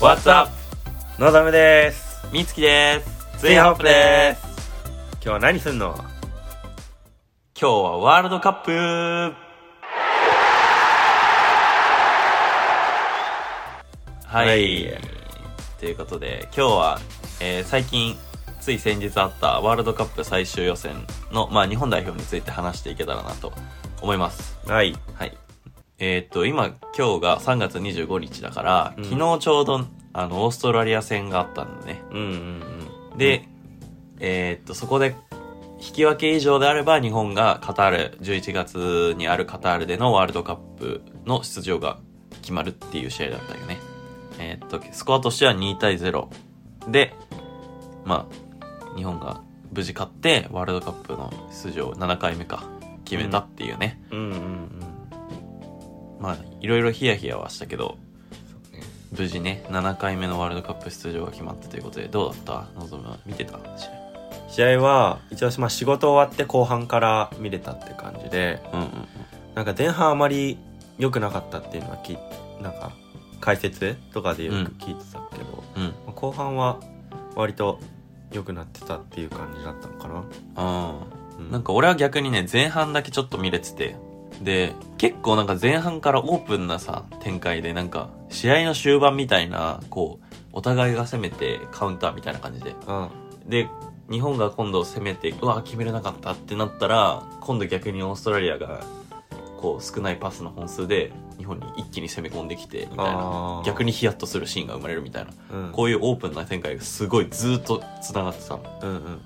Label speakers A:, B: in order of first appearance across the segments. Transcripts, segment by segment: A: What's up?
B: のだめです
A: みつきです。。
B: ツインホップです今日は何すんの
A: 今日はワールドカップはい、
B: はい
A: ということで、今日は、えー最近、つい先日あったワールドカップ最終予選の、まあ、日本代表について話していけたらなと思います。
B: はい
A: はい。えーっと、今、今日が3月25日だから、
B: うん
A: 昨日ちょうど、あの、オーストラリア戦があったんだね。
B: うんうんうん
A: で、えーっと、そこで、引き分け以上であれば、日本がカタール、11月にあるカタールでのワールドカップの出場が決まるっていう試合だったよね。えーっと、スコアとしては2対0。で、まあ、日本が無事勝って、ワールドカップの出場7回目か、決めたっていうね。
B: うんうん
A: まあ、いろいろヒヤヒヤはしたけど、
B: うね
A: 無事ね、7回目のワールドカップ出場が決まったということで、どうだったのぞむは見てた試合
B: うん試合は一応まあ仕事終わって後半から見れたって感じで
A: うんうん。
B: なんか前半あまり良くなかったっていうのはきなんか解説とかでよく聞いてたけど、
A: うん。
B: まあ後半は割と良くなってたっていう感じだったのかな、
A: あ
B: う
A: あ。なんか俺は逆にね、前半だけちょっと見れてて、で、結構なんか前半からオープンなさ、展開で、なんか、試合の終盤みたいな、こう、お互いが攻めてカウンターみたいな感じで。
B: あ
A: で、日本が今度攻めて、うわ、決めれなかったってなったら、今度逆にオーストラリアが、こう、少ないパスの本数で、日本に一気に攻め込んできて、みたいな
B: あ。ー
A: 逆にヒヤッとするシーンが生まれるみたいな。
B: うん
A: こういうオープンな展開がすごいずーっと繋がってたの。
B: うんうん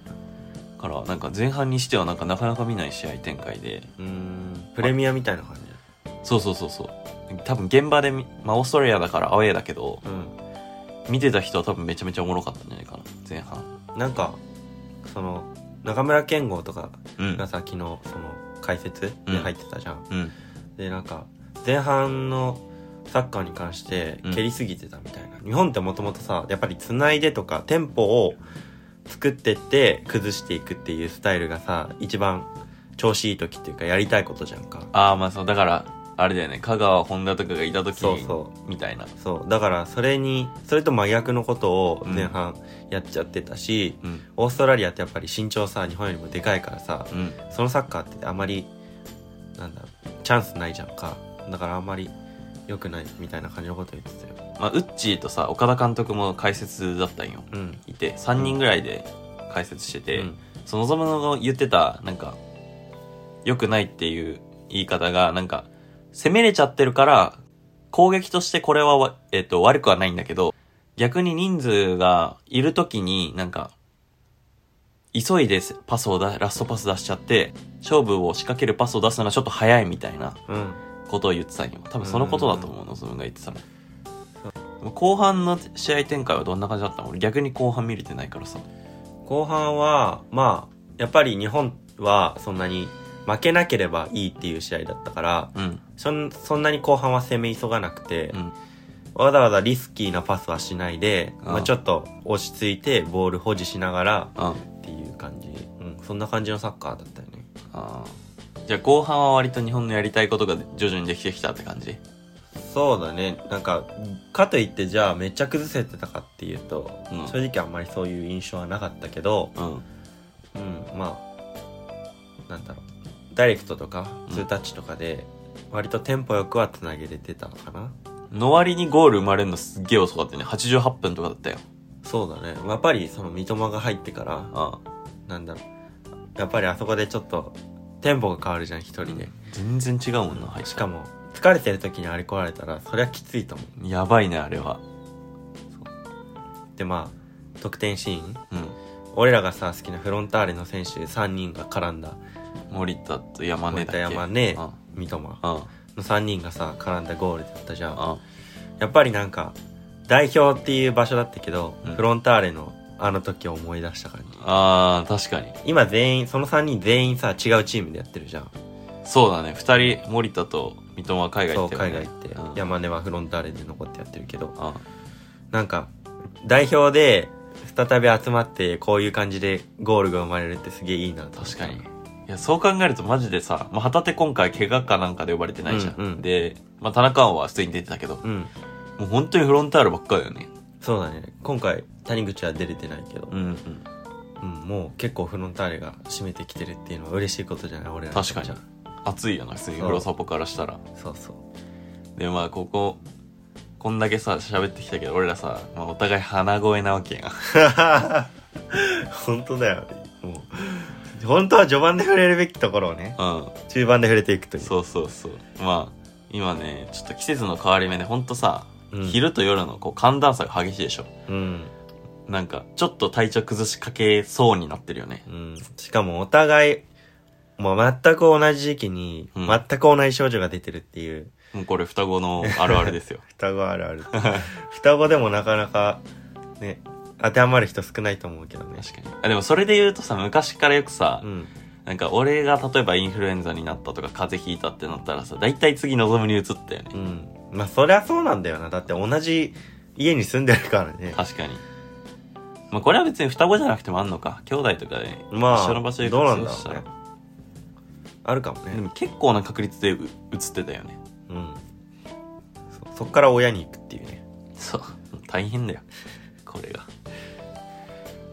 A: からなんか前半にしてはなんかなかなか見ない試合展開で
B: うんプレミアみたいな感じ
A: そうそうそうそう多分現場でみ、まあ、オーストラリアだからアウェーだけど
B: うん
A: 見てた人は多分めちゃめちゃおもろかったんじゃないかな前半
B: なんかその中村健吾とか
A: うん
B: がさ昨日その解説で入ってたじゃん、
A: うん
B: でなんか前半のサッカーに関して
A: うん
B: 蹴りすぎてたみたいな、日本ってもともとさやっぱり繋いでとかテンポを作ってって崩していくっていうスタイルがさ一番調子いい時っていうかやりたいことじゃんか
A: ああまあそうだからあれだよね香川本田とかがいた時
B: そうそう
A: みたいな
B: そうだからそれにそれと真逆のことを前半やっちゃってたし、
A: うん
B: オーストラリアってやっぱり身長さ日本よりもでかいからさ、
A: うん
B: そのサッカーってあまりなんだろうチャンスないじゃんかだからあんまり良くないみたいな感じのこと言ってたよ
A: まあウッチーとさ岡田監督も解説だったんよ
B: うん
A: いて3人ぐらいで解説してて、
B: うん
A: そのぞむの言ってた、なんか、良くないっていう言い方が、なんか、攻めれちゃってるから、攻撃としてこれはわ、えっ、と、悪くはないんだけど、逆に人数がいる時に、なんか、急いでパスをだ、ラストパス出しちゃって、勝負を仕掛けるパスを出すのがちょっと早いみたいな
B: うん
A: ことを言ってたんよ。多分そのことだと思うの、ぞむが言ってたの。後半の試合展開はどんな感じだったの俺逆に後半見れてないからさ。
B: 後半はまあやっぱり日本はそんなに負けなければいいっていう試合だったから
A: うん。
B: そんそんなに後半は攻め急がなくて、
A: うん。
B: わざわざリスキーなパスはしないで
A: ああ
B: まあ、ちょっと落ち着いてボール保持しながら
A: うん。
B: っていう感じ、うん、そんな感じのサッカーだったよね
A: あーじゃあ後半は割と日本のやりたいことが徐々にできてきたって感じ
B: そうだねなんかかといってじゃあめっちゃ崩せてたかっていうと、
A: うん
B: 正直あんまりそういう印象はなかったけど、
A: うん
B: うん、まあなんだろうダイレクトとか
A: うん
B: ツータッチとかで割とテンポよくはつなげれてたかな、
A: の割にゴール生まれるのすっげえ遅かったよね88分とかだったよ
B: そうだねやっぱりその三笘が入ってから
A: あ
B: なんだろうやっぱりあそこでちょっとテンポが変わるじゃん一
A: あ
B: 人で、
A: 全然違うもんなはい
B: しかも疲れてる時にあれ壊れたらそりゃきついと思
A: やばいねあれは
B: うでまあ得点シーン
A: うん
B: 俺らがさ好きなフロンターレの選手3人が絡んだ
A: 森田と山根だ
B: 森
A: っ
B: 田
A: け
B: 山根
A: あ
B: 三笘の
A: あ
B: 3人がさ絡んだゴールだったじゃん
A: あ
B: やっぱりなんか代表っていう場所だったけど、
A: うん
B: フロンターレのあの時を思い出した感じ
A: あー確かに
B: 今全員その3人全員さ違うチームでやってるじゃん
A: そうだね2人森田と三笘は海外行っ
B: そう
A: たよね
B: 海外行って、
A: うん
B: 山根はフロンターレで残ってやってるけど
A: あ
B: なんか代表で再び集まってこういう感じでゴールが生まれるってすげえいいなと思っ
A: 確
B: た
A: かにいやそう考えるとマジでさ、まあ、旗手今回怪我かなんかで呼ばれてないじゃん、
B: うんうん
A: で、まあ、田中碧は普通に出てたけど
B: うん
A: もう本当にフロンターレばっかりだよね。
B: そうだね今回谷口は出れてないけど、
A: うんうん
B: うんもう結構フロンターレが締めてきてるっていうのは嬉しいことじゃない俺ら
A: 確かに
B: じゃ
A: 暑いよな普通に黒サポからしたら
B: そうそう
A: でまあこここんだけさ喋ってきたけど俺らさ、まあ、お互い鼻声なわけ やん
B: 本当だよもう本当は序盤で触れるべきところをね
A: うん
B: 中盤で触れていくという
A: そうそうそうまあ今ねちょっと季節の変わり目でほんとさ、
B: うん
A: 昼と夜のこう寒暖差が激しいでしょ
B: うん、
A: なんかちょっと体調崩しかけそうになってるよね
B: うん、しかもお互いもう全く同じ時期に、
A: うん
B: 全く同じ症状が出てるっていう
A: もうこれ双子のあるあるですよ
B: 双子あるある 双子でもなかなかね当てはまる人少ないと思うけど ね
A: 確かにあでもそれで言うとさ昔からよくさ、
B: うん
A: なんか俺が例えばインフルエンザになったとか風邪ひいたってなったらさ大体次望むに移ったよね、
B: うんまあそりゃそうなんだよなだって同じ家に住んでるからね
A: 確かにまあこれは別に双子じゃなくてもあんのか兄弟とかで
B: まあ
A: 一緒の場所で
B: どうなん
A: 活
B: だ
A: 動
B: ろ
A: したら
B: うねあるかも
A: で
B: ね
A: も結構な確率でう移ってたよね
B: うんそそっから親に行くっていうね
A: そう大変だよこれが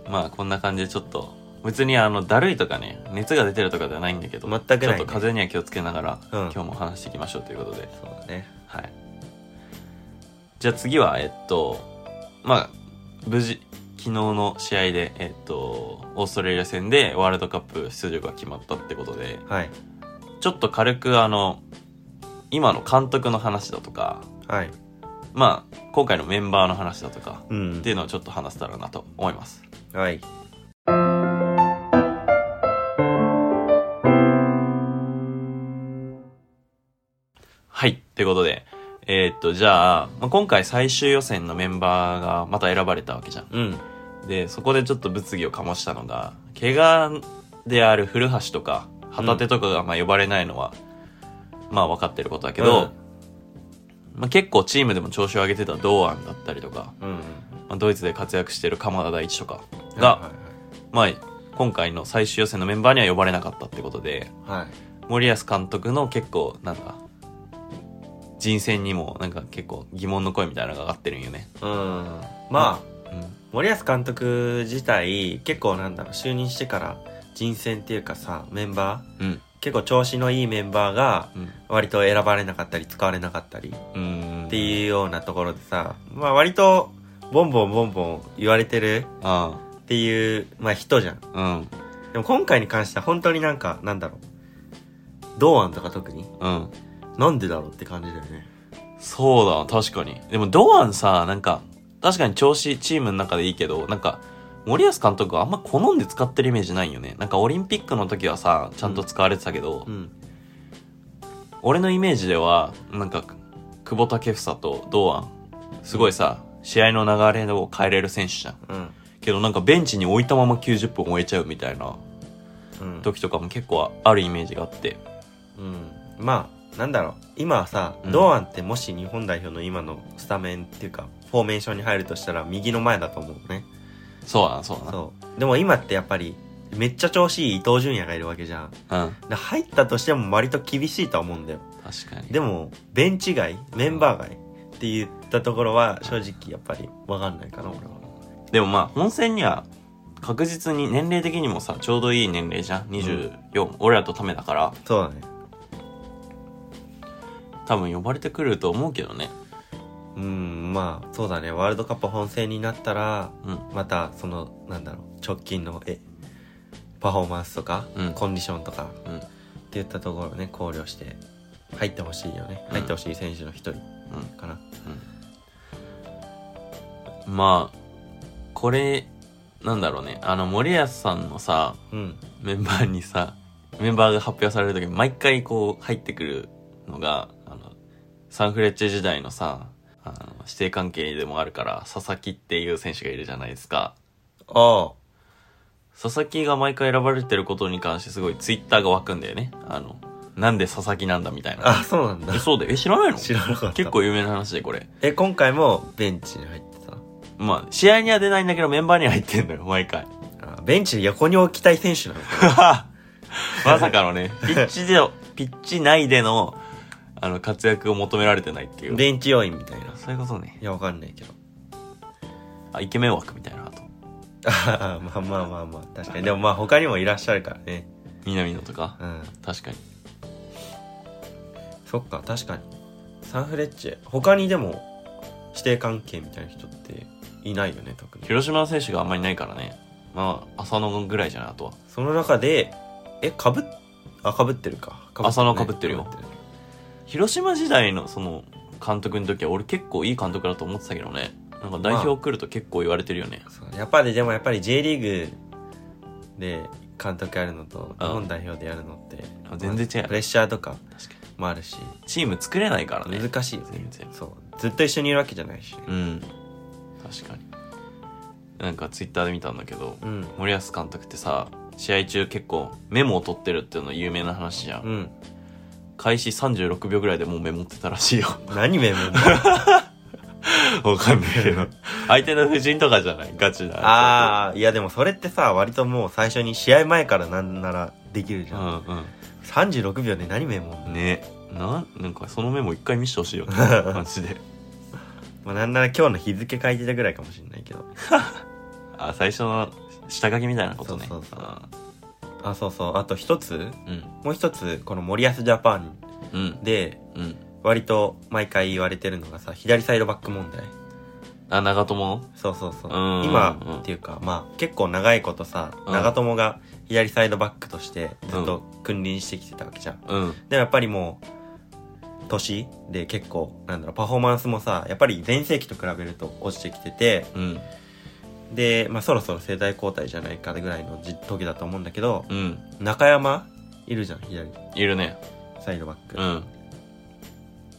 A: まあこんな感じでちょっと別にあのだるいとかね熱が出てるとかではないんだけど
B: 全くないね
A: ちょっと風邪には気をつけながら、
B: うん
A: 今日も話していきましょうということで
B: そうだね
A: はいじゃあ次はえっとまあ無事昨日の試合で、えっと、オーストラリア戦でワールドカップ出場が決まったってことで
B: はい
A: ちょっと軽くあの今の監督の話だとか
B: はい
A: まあ今回のメンバーの話だとか
B: うん
A: っていうのをちょっと話せたらなと思います。
B: はい
A: はい。ということで、えーっと、じゃあ、まあ、今回最終予選のメンバーがまた選ばれたわけじゃん。
B: うん
A: で、そこでちょっと物議を醸したのが、怪我である古橋とか、旗手とかがまあ呼ばれないのは、まあ分かってることだけど、まあ、結構チームでも調子を上げてた堂安だったりとか、
B: うんうん
A: まあ、ドイツで活躍してる鎌田大地とか
B: は
A: が、まあ、今回の最終予選のメンバーには呼ばれなかったってことで、
B: いはいはい
A: 森保監督の結構なんか人選にもなんか結構疑問の声みたいなのが上がってるんよね、
B: うんまあ
A: うん、
B: 森保監督自体結構なんだろう就任してから人選っていうかさメンバー
A: うん
B: 結構調子のいいメンバーが
A: うん
B: 割と選ばれなかったり使われなかったり
A: うん
B: っていうようなところでさ、まあ、割とボンボンボンボン言われてる
A: あ
B: っていう、まあ、人じゃん
A: あうん
B: でも今回に関しては本当になんかなんだろう堂安とか特に
A: うん
B: なんでだろうって感じだよね
A: そうだ確かにでも堂安さなんか確かに調子チームの中でいいけどなんか森保監督はあんま好んで使ってるイメージないよねなんかオリンピックの時はさちゃんと使われてたけど、
B: うん
A: 俺のイメージではなんか久保建英と堂安すごいさ、試合の流れを変えれる選手じゃん
B: うん
A: けどなんかベンチに置いたまま90分終えちゃうみたいな
B: うん、
A: 時とかも結構あるイメージがあって
B: うん、まあなんだろう今はさ、
A: うん
B: 堂安ってもし日本代表の今のスタメンっていうかフォーメーションに入るとしたら右の前だと思うね
A: そうだなそうだ
B: そうでも今ってやっぱりめっちゃ調子いい伊東純也がいるわけじゃん
A: なうん
B: で入ったとしても割と厳しいとは思うんだよ
A: 確かに
B: でもベンチ外メンバー外って言ったところは正直やっぱり分かんないかな俺は
A: でもまあ本戦には確実に年齢的にもさちょうどいい年齢じゃん24、俺らとためだから
B: そうだね
A: 多分呼ばれてくると思うけどね
B: うんまあそうだねワールドカップ本戦になったら
A: うん
B: またそのなんだろう直近のえパフォーマンスとか、
A: うん
B: コンディションとかって
A: うん
B: 言ったところをね考慮して入ってほしいよね、
A: うん
B: 入ってほしい選手の一人
A: うん
B: かな
A: まあこれなんだろうねあの森保さんのさ
B: うん
A: メンバーにさメンバーが発表される時に毎回こう入ってくるのがあのサンフレッチェ時代のさあの指定関係でもあるから佐々木っていう選手がいるじゃないですか
B: あ
A: 佐々木が毎回選ばれてることに関してすごいツイッターが湧くんだよねあのなんで佐々木なんだみたい
B: あ
A: な
B: あそうなんだ
A: えそうだよえ知らないの
B: 知らなかった
A: 結構有名な話でこれ
B: え今回もベンチに入ってた
A: まあ試合には出ないんだけどメンバーには入ってんだよ毎回
B: あベンチの横に置きたい選手なのか
A: まさかの ねピッチでのピッチ内でのあの活躍を求められてないっていう
B: ベンチ要員みたいな
A: そういうことね。
B: いやわかんないけど
A: あイケメン枠みたいなあと
B: あーまあまあまあまあ確かにでもまあ他にもいらっしゃるからね
A: 南野とか
B: うん
A: 確かに
B: そっか確かにサンフレッチェ他にでも師弟関係みたいな人っていないよね特に
A: 広島の選手があんまりないからねまあ浅野ぐらいじゃないあとは
B: その中でえかぶっあかぶってるかかぶ
A: 浅野被ってるよ
B: 被ね
A: 広島時代のその監督の時は俺結構いい監督だと思ってたけどねなんか代表来ると結構言われてるよね、
B: そうやっぱりでもやっぱり J リーグで監督やるのと
A: あ
B: 日本代表でやるのって
A: あ全然違う
B: プレッシャーとか
A: 確か
B: もあるし
A: にチーム作れないからね
B: 難しいよね
A: 全然
B: そうずっと一緒にいるわけじゃないし
A: うん確かになんかツイッターで見たんだけど
B: うん
A: 森保監督ってさ試合中結構メモを取ってるっていうの有名な話じゃん、
B: うん
A: 開始36秒ぐらいでもうメモってたらしいよ
B: 何メモ
A: わかんないけど相手の布陣とかじゃないガチな
B: ああいやでもそれってさ割ともう最初に試合前からなんならできるじゃん、
A: あうん
B: 36秒で何メモ
A: う
B: んの
A: んねなんなんかそのメモ一回見せてほしい よねマジで
B: まあ、なんなら今日の日付書いてたぐらいかもしれないけど
A: あ最初の下書きみたいなことね
B: そうそうそあそうそうあと一つ
A: うん
B: もう一つこの森保ジャパン
A: うん
B: で
A: うん
B: 割と毎回言われてるのがさ左サイドバック問題
A: あ長友
B: そうそうそう
A: うんうん
B: 今っていうかまあ結構長いことさ
A: うん
B: 長友が左サイドバックとしてずっと君臨してきてたわけじゃん
A: うん
B: でもやっぱりもう年で結構なんだろうパフォーマンスもさやっぱり前世紀と比べると落ちてきてて
A: うん
B: で、まあ、そろそろ世代交代じゃないかぐらいのじ時だと思うんだけど
A: うん
B: 中山いるじゃん左
A: いるね
B: サイドバック、
A: うん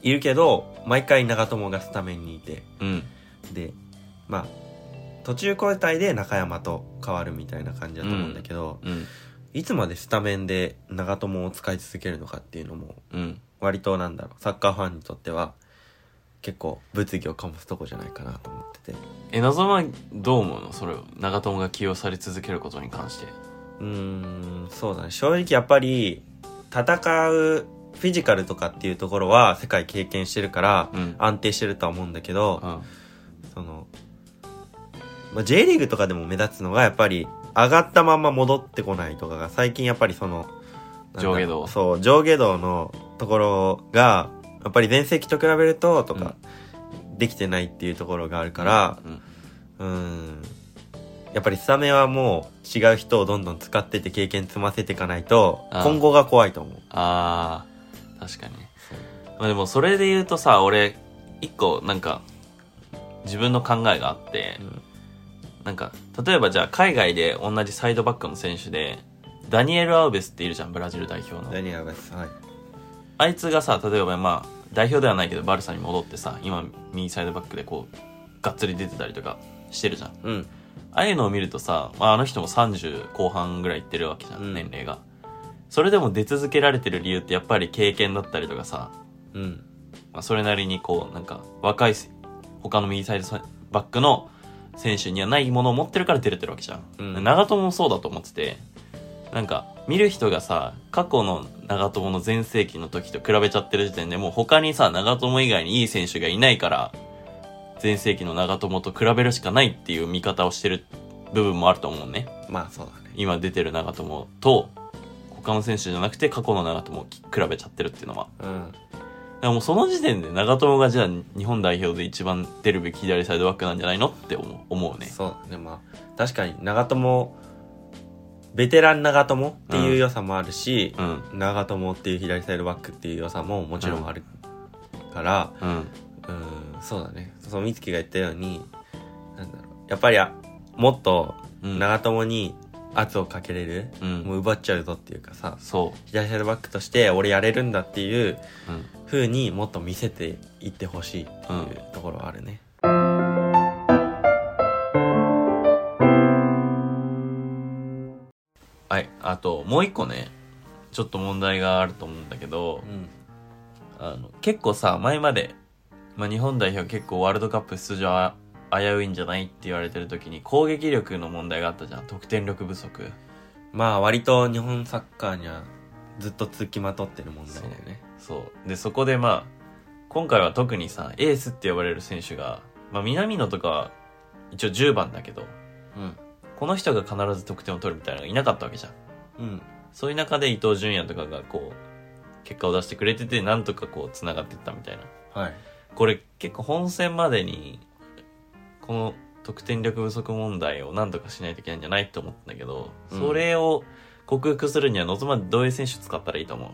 B: いるけど毎回長友がスタメンにいて
A: うん
B: でまあ途中交代で中山と変わるみたいな感じだと思うんだけど、
A: うん
B: いつまでスタメンで長友を使い続けるのかっていうのも
A: うん
B: 割となんだろうサッカーファンにとっては結構物議を醸すとこじゃないかなと思ってて
A: え謎はどう思うのそれを長友が起用され続けることに関して
B: うーんそうだね正直やっぱり戦うフィジカルとかっていうところは世界経験してるから
A: うん
B: 安定してるとは思うんだけど、
A: うん
B: その、まあ、J リーグとかでも目立つのがやっぱり上がったまま戻ってこないとかが最近やっぱりそのなんだ
A: 上下動
B: そう上下動のところがやっぱり全盛期と比べるととか、できてないっていうところがあるから
A: うん
B: うーんやっぱりスタメンはもう違う人をどんどん使ってて経験積ませていかないと
A: ああ
B: 今後が怖いと思う
A: あー確かにねまあでもそれで言うとさ俺一個なんか自分の考えがあって、
B: うん
A: なんか例えばじゃあ海外で同じサイドバックの選手でダニエル・アウベスっているじゃんブラジル代表の
B: ダニエルアガスはい
A: あいつがさ例えばまあ代表ではないけどバルサに戻ってさ今右サイドバックでこうがっつり出てたりとかしてるじゃん
B: うん
A: ああいうのを見るとさ、まあ、あの人も30後半ぐらいいってるわけじゃん、
B: うん
A: 年齢が。それでも出続けられてる理由ってやっぱり経験だったりとかさ、
B: うん
A: まあ、それなりにこう、なんか若いせ、他の右サイドバックの選手にはないものを持ってるから出れてるわけじゃん。
B: うん
A: 長友もそうだと思ってて、なんか見る人がさ、過去の長友の全盛期の時と比べちゃってる時点でもう他にさ、長友以外にいい選手がいないから、全盛期の長友と比べるしかないっていう見方をしてる部分もあると思うね。
B: まあそうだね
A: 今出てる長友と、他の選手じゃなくて過去の長友を比べちゃってるっていうのは。
B: うん
A: だからもうその時点で長友がじゃあ日本代表で一番出るべき左サイドバックなんじゃないのって思う思うね。
B: そうだねまあ確かに長友ベテラン長友っていう良さもあるし、
A: うん。
B: 長友っていう左サイドバックっていう良さももちろんあるから、
A: うん。
B: うん、そうだねその美月が言ったようになんだろうやっぱりあもっと
A: うん
B: 長友に圧をかけれる、
A: うん
B: もう奪っちゃうぞっていうかさ
A: そ
B: 左サイドバックとして俺やれるんだっていう
A: う。うん。
B: 風にもっと見せていってほしいっていうところはあるね、
A: はい。あと、もう一個ね、ちょっと問題があると思うんだけど、
B: ん
A: あの、結構さ、前まで、まあ、日本代表結構ワールドカップ出場は危ういんじゃないって言われてる時に攻撃力の問題があったじゃん。得点力不足。
B: まあ割と日本サッカーにはずっとつきまとってる問題だよね。
A: そう。で、そこでまあ、今回は特にさ、エースって呼ばれる選手が、まあ、南野とかは一応10番だけど、
B: うん
A: この人が必ず得点を取るみたいなのがいなかったわけじゃん。
B: うん
A: そういう中で伊東純也とかがこう、結果を出してくれてて、なんとかこう、繋がっていったみたいな。
B: はい
A: これ結構本戦までに、この得点力不足問題をなんとかしないといけないんじゃないと思ったんだけど、
B: うん
A: それを克服するには望まんどういう選手使ったらいいと思う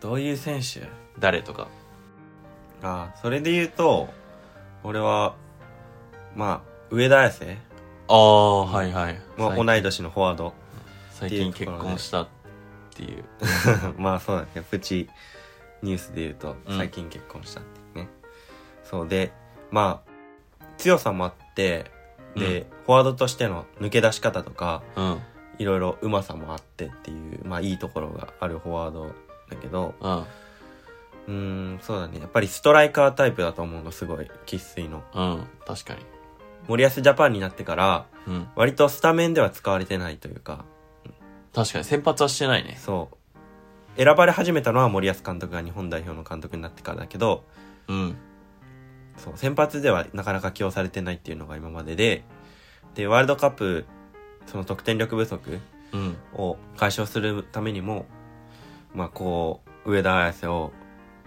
B: どういう選手
A: 誰とか。
B: あそれで言うと俺はまあ上田綺世、
A: ああ、はいはい。
B: まあ、同い年のフォワード
A: 最近結婚したっていう。
B: まあそうなんですねプチニュースで言うと
A: うん
B: 最近結婚したっていうね、そうでまあ強さもあってで、
A: う
B: フォワードとしての抜け出し方とか
A: うん。
B: いろいろうまさもあってっていうまあいいところがあるフォワードだけど
A: うん。
B: うーんそうだねやっぱりストライカータイプだと思うのすごい生粋の
A: うん。確かに。
B: 森保ジャパンになってから
A: うん。
B: 割とスタメンでは使われてないというか
A: 確かに先発はしてないね。
B: そう選ばれ始めたのは森保監督が日本代表の監督になってからだけど
A: うん。
B: そう先発ではなかなか起用されてないっていうのが今までででワールドカップその得点力不足
A: うん。
B: を解消するためにもまあこう上田綺世を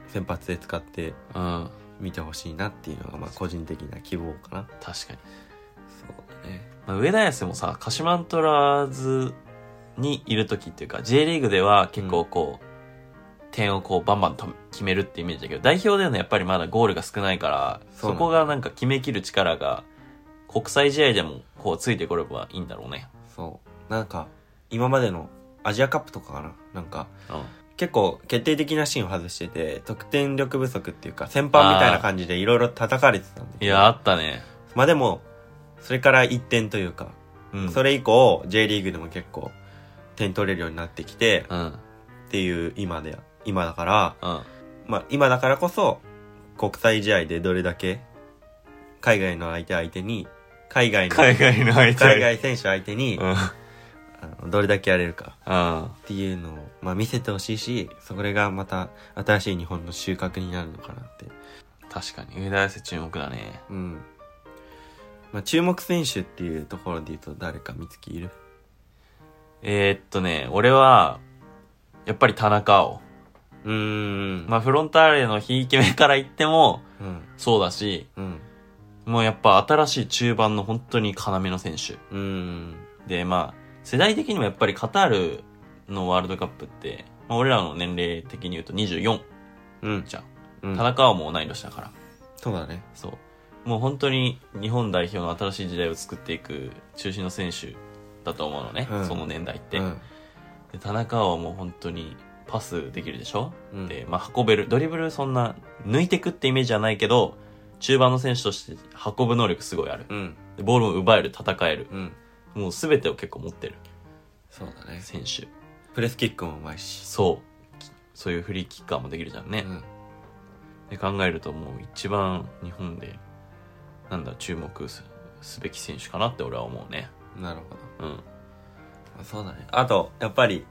B: 先発で使って
A: うん。
B: みてほしいなっていうのがまあ個人的な希望かな
A: 確かに。
B: そうだね
A: まあ、上田綺世もさ、鹿島アントラーズにいる時っていうか、J リーグでは結構こう、点をこうバンバンと決めるってイメージだけど、代表でのやっぱりまだゴールが少ないから、
B: そう
A: そ
B: なんだ
A: こがなんか決めきる力が、国際試合でもこうついてこればいいんだろうね。
B: そうなんか今までのアジアカップとかかななんか
A: うん。
B: 結構決定的なシーンを外してて得点力不足っていうか先般みたいな感じでいろいろ叩かれてたんだけど
A: いや、あったね。
B: まあでもそれから1点というか、
A: うん。
B: それ以降 J リーグでも結構点取れるようになってきて
A: うん。うん。
B: っていう今で今だから、まあ、今だからこそ国際試合でどれだけ海外の相手相手に海外の
A: 海外の相手。
B: 海外選手相手に、
A: うん。
B: あのどれだけやれるか
A: うん。
B: っていうのを、まあ、見せてほしいしそれがまた新しい日本の収穫になるのかなって
A: 確かに。上田綺世注目だね。
B: うん、まあ、注目選手っていうところで言うと誰か美月いる
A: えーっとね、俺は、やっぱり田中を
B: うーん
A: まあ、フロンターレのひいき目から言っても、
B: うん
A: そうだし、
B: うん
A: もうやっぱ新しい中盤の本当に要の選手。
B: うーん
A: で、まあ、世代的にもやっぱりカタールのワールドカップって、まあ、俺らの年齢的に言うと24
B: うん
A: じゃん。
B: うん
A: 田中はもう同い年だから。
B: そうだね
A: そう。もう本当に日本代表の新しい時代を作っていく中心の選手だと思うのね。
B: うん
A: その年代って。
B: うん
A: で田中はもう本当にパスできるでしょ、
B: うん
A: で、まあ、運べるドリブルそんな抜いてくってイメージはないけど中盤の選手として運ぶ能力すごいある
B: うん
A: でボールも奪える戦える
B: うん
A: もう全てを結構持ってる
B: そうだね
A: 選手
B: プレスキックもうまいし
A: そうきそういうフリーキッカーもできるじゃんね、
B: うん
A: で考えるともう一番日本でなんだ注目すすべき選手かなって俺は思うね
B: なるほど
A: うん
B: まあそうだねあとやっぱり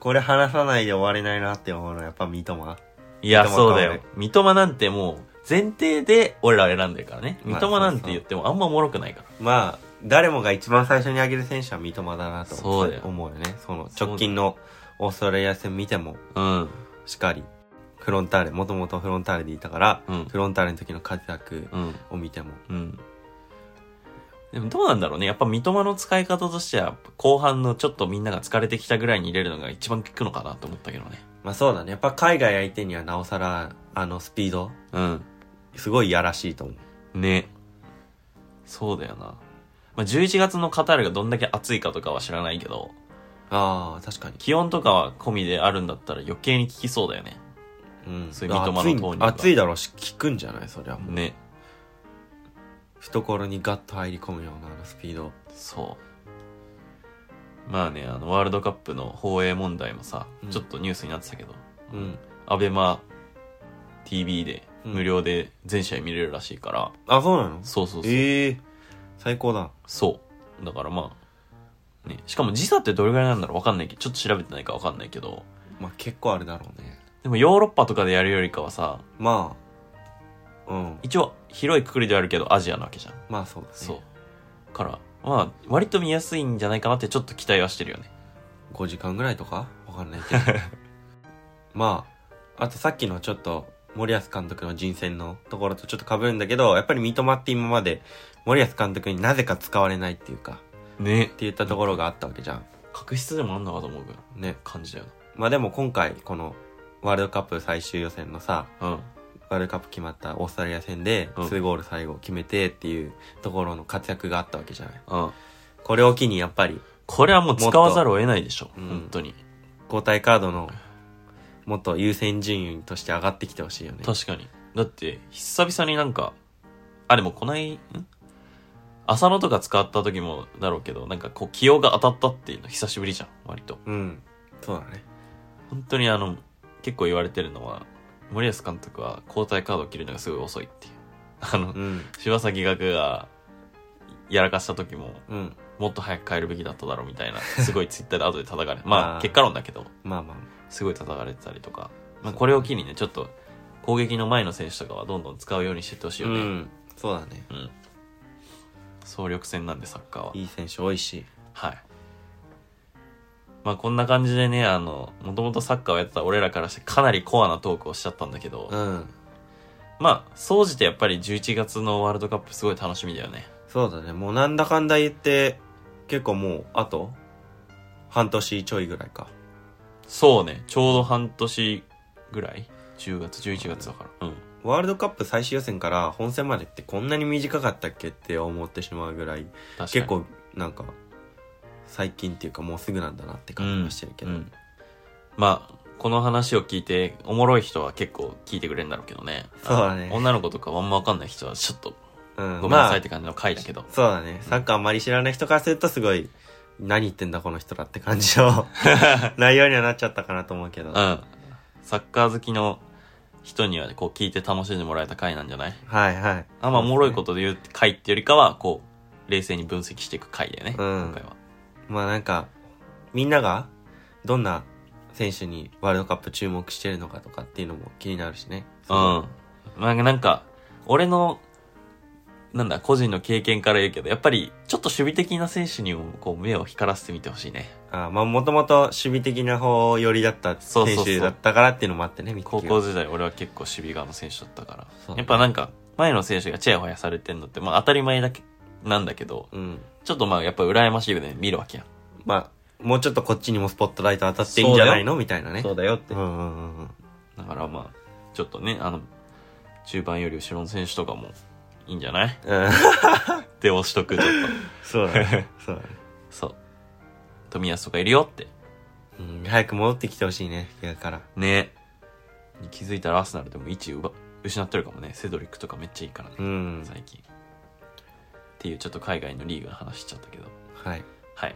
B: これ話さないで終われないなって思うのはやっぱ三笘
A: いや
B: 三笘と
A: そうだよ
B: ね
A: 三笘なんてもう前提で俺らを選んでるからね三
B: まあ
A: 笘なん
B: そうそ
A: て
B: う
A: 言ってもあんまおもろくないから
B: まあ誰もが一番最初に挙げる選手は三笘だなと
A: そうだよ
B: 思うよねその直近のオーストラリア戦見ても
A: うん。
B: しっかりフロンターレもともとフロンターレでいたから、
A: うん
B: フロンターレの時の活躍
A: うん。
B: を見ても
A: うん。でもどうなんだろうね。やっぱ三笘の使い方としては、後半のちょっとみんなが疲れてきたぐらいに入れるのが一番効くのかなと思ったけどね。
B: まあそうだねやっぱ海外相手にはなおさらあのスピード
A: う。
B: すごいやらしいと思うん
A: ね。そうだよな。まあ、11月のカタールがどんだけ暑いかとかは知らないけど、
B: あー確かに
A: 気温とかは込みであるんだったら余計に効きそうだよね。
B: うん
A: そういう三笘の投入
B: 暑い
A: が
B: 暑いだろうし効くんじゃないそりゃもう、
A: ね。
B: 懐にガッと入り込むようなあのスピード
A: そう。まあね、あの、ワールドカップの放映問題もさ、
B: うん
A: ちょっとニュースになってたけど、
B: うん
A: アベマ TV で
B: うん
A: 無料で全試合見れるらしいから、
B: あそうなの
A: そうそうそう、
B: ええー、最高だ
A: そうだからまあねしかも時差ってどれぐらいなんだろうわかんないけどちょっと調べてないからわかんないけど
B: まあ結構あるだろうね
A: でもヨーロッパとかでやるよりかはさ
B: まあうん
A: 一応広いくくりではあるけどアジアなわけじゃん
B: まあそうだね
A: そうから、まあ、割と見やすいんじゃないかなってちょっと期待はしてるよね。
B: 5時間ぐらいとかわかんないけどまああとさっきのちょっと森保監督の人選のところとちょっと被るんだけどやっぱり三笘って今まで森保監督になぜか使われないっていうか
A: ね
B: って言ったところがあったわけじゃん
A: 確執でもあんのかと思うぐらいの
B: ね
A: 感じだよ
B: まあでも今回このワールドカップ最終予選のさ
A: な。うん。
B: ワールドカップ決まったオーストラリア戦で
A: うん
B: 2ゴール最後決めてっていうところの活躍があったわけじゃない
A: うん。
B: これを機にやっぱり
A: これはもう使わざるを得ないでしょ。
B: うん
A: 本当に。
B: 交代カードのもっと優先順位として上がってきてほしいよね
A: 確かに。だって、久々になんか、あ、でもこない、ん浅野とか使った時もだろうけど、なんかこう、起用が当たったっていうの久しぶりじゃん、割と。
B: うんそうだね
A: 本当にあの、結構言われてるのは、森保監督は交代カードを切るのがすごい遅いっていう。 あの
B: う、ん
A: 柴崎岳がやらかした時も、
B: うん
A: もっと早く変えるべきだっただろうみたいな、すごいツイッターで後で叩かれ、ま
B: あ
A: あ
B: ー
A: 結果論だけど、
B: まあまあ
A: すごい叩かれてたりとか、まあこれを機にね、ちょっと攻撃の前の選手とかはどんどん使うようにしてってほしいうよね。
B: んそうだね
A: うん総力戦なんでサッカーは。
B: いい選手多いし
A: はい。まあこんな感じでね、あの、もともとサッカーをやってた俺らからしてかなりコアなトークをしちゃったんだけど、
B: うん
A: まあ、総じてやっぱり11月のワールドカップすごい楽しみだよね。
B: そうだねもうなんだかんだ言って結構もうあと半年ちょいぐらいか
A: そうね、ちょうど半年ぐらい ?10 月、11月だから。うん。
B: ワールドカップ最終予選から本戦までってこんなに短かったっけって思ってしまうぐらい
A: 確かに。
B: 結構なんか最近っていうかもうすぐなんだなって感じがしてるけど、
A: うんまあこの話を聞いておもろい人は結構聞いてくれるんだろうけどね
B: そうだ
A: あ
B: ね
A: の女の子とかあんま分かんない人はちょっと
B: うん
A: ごめんな
B: ま
A: さい
B: あ
A: って感じの回だけど、
B: そうだねサッカーあんまり知らない人からするとすごい何言ってんだこの人らって感 じの内容にはなっちゃったかなと思うけど、はい
A: うんサッカー好きの人にはこう聞いて楽しんでもらえた回なんじゃない
B: はい
A: あんまおもろいことで言う回っていうよりかはこう冷静に分析していく回だよね、
B: うん
A: 今回は
B: まあなんかみんながどんな選手にワールドカップ注目してるのかとかっていうのも気になるしね
A: うんまあなんか俺のなんだ個人の経験から言うけどやっぱりちょっと守備的な選手にもこう目を光らせてみてほしいね
B: あまあもともと守備的な方寄りだった
A: そう
B: 選
A: そうそう
B: 手だったからっていうのもあってね見て
A: 高校時代俺は結構守備側の選手だったから、
B: そうね
A: やっぱなんか前の選手がチヤホヤされてんのって、まあ、当たり前だけなんだけど
B: うん
A: ちょっとまあやっぱ羨ましいよね見るわけやん
B: まあもうちょっとこっちにもスポットライト当たっていいんじゃないのみたいなね
A: そうだよって
B: うんうんうんうん
A: だからまあちょっとねあの中盤より後ろの選手とかもいいんじゃない
B: うん
A: って押しと くちょっと
B: そうだねそうだね
A: そう冨安とかいるよって
B: うん早く戻ってきてほしいね怪我から
A: ね気づいたらアーセナルでも位置奪失ってるかもねセドリックとかめっちゃいいからね、
B: うん
A: 最近っていうちょっと海外のリーグの話しちゃったけど
B: はい
A: はい。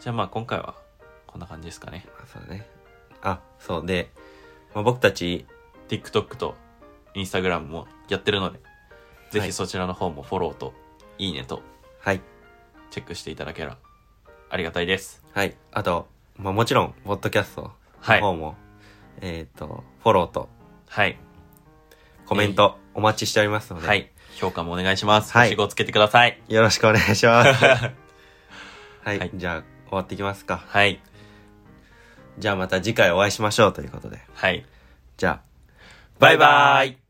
A: じゃあまあ今回はこんな感じですかね。
B: まあそうだねあそうで、まあ、僕たち
A: TikTok と Instagram もやってるので、ぜ
B: は
A: ひ
B: い
A: そちらの方もフォローと、いいねと
B: はい
A: チェックしていただけたらありがたいです。
B: はい。あと、まあ、もちろん、ポッドキャスト
A: は
B: の
A: い。
B: 方も、えっ、と、フォローと
A: はい。
B: コメントお待ちしておりますので、
A: はい。評価もお願いします。
B: はい
A: 星5つけてください。
B: よろしくお願い します。はい、
A: はい
B: じゃあ、終わっていきますか。
A: はい。
B: じゃあ、また次回お会いしましょうということで。
A: はい。
B: じゃあ、
A: バイバイ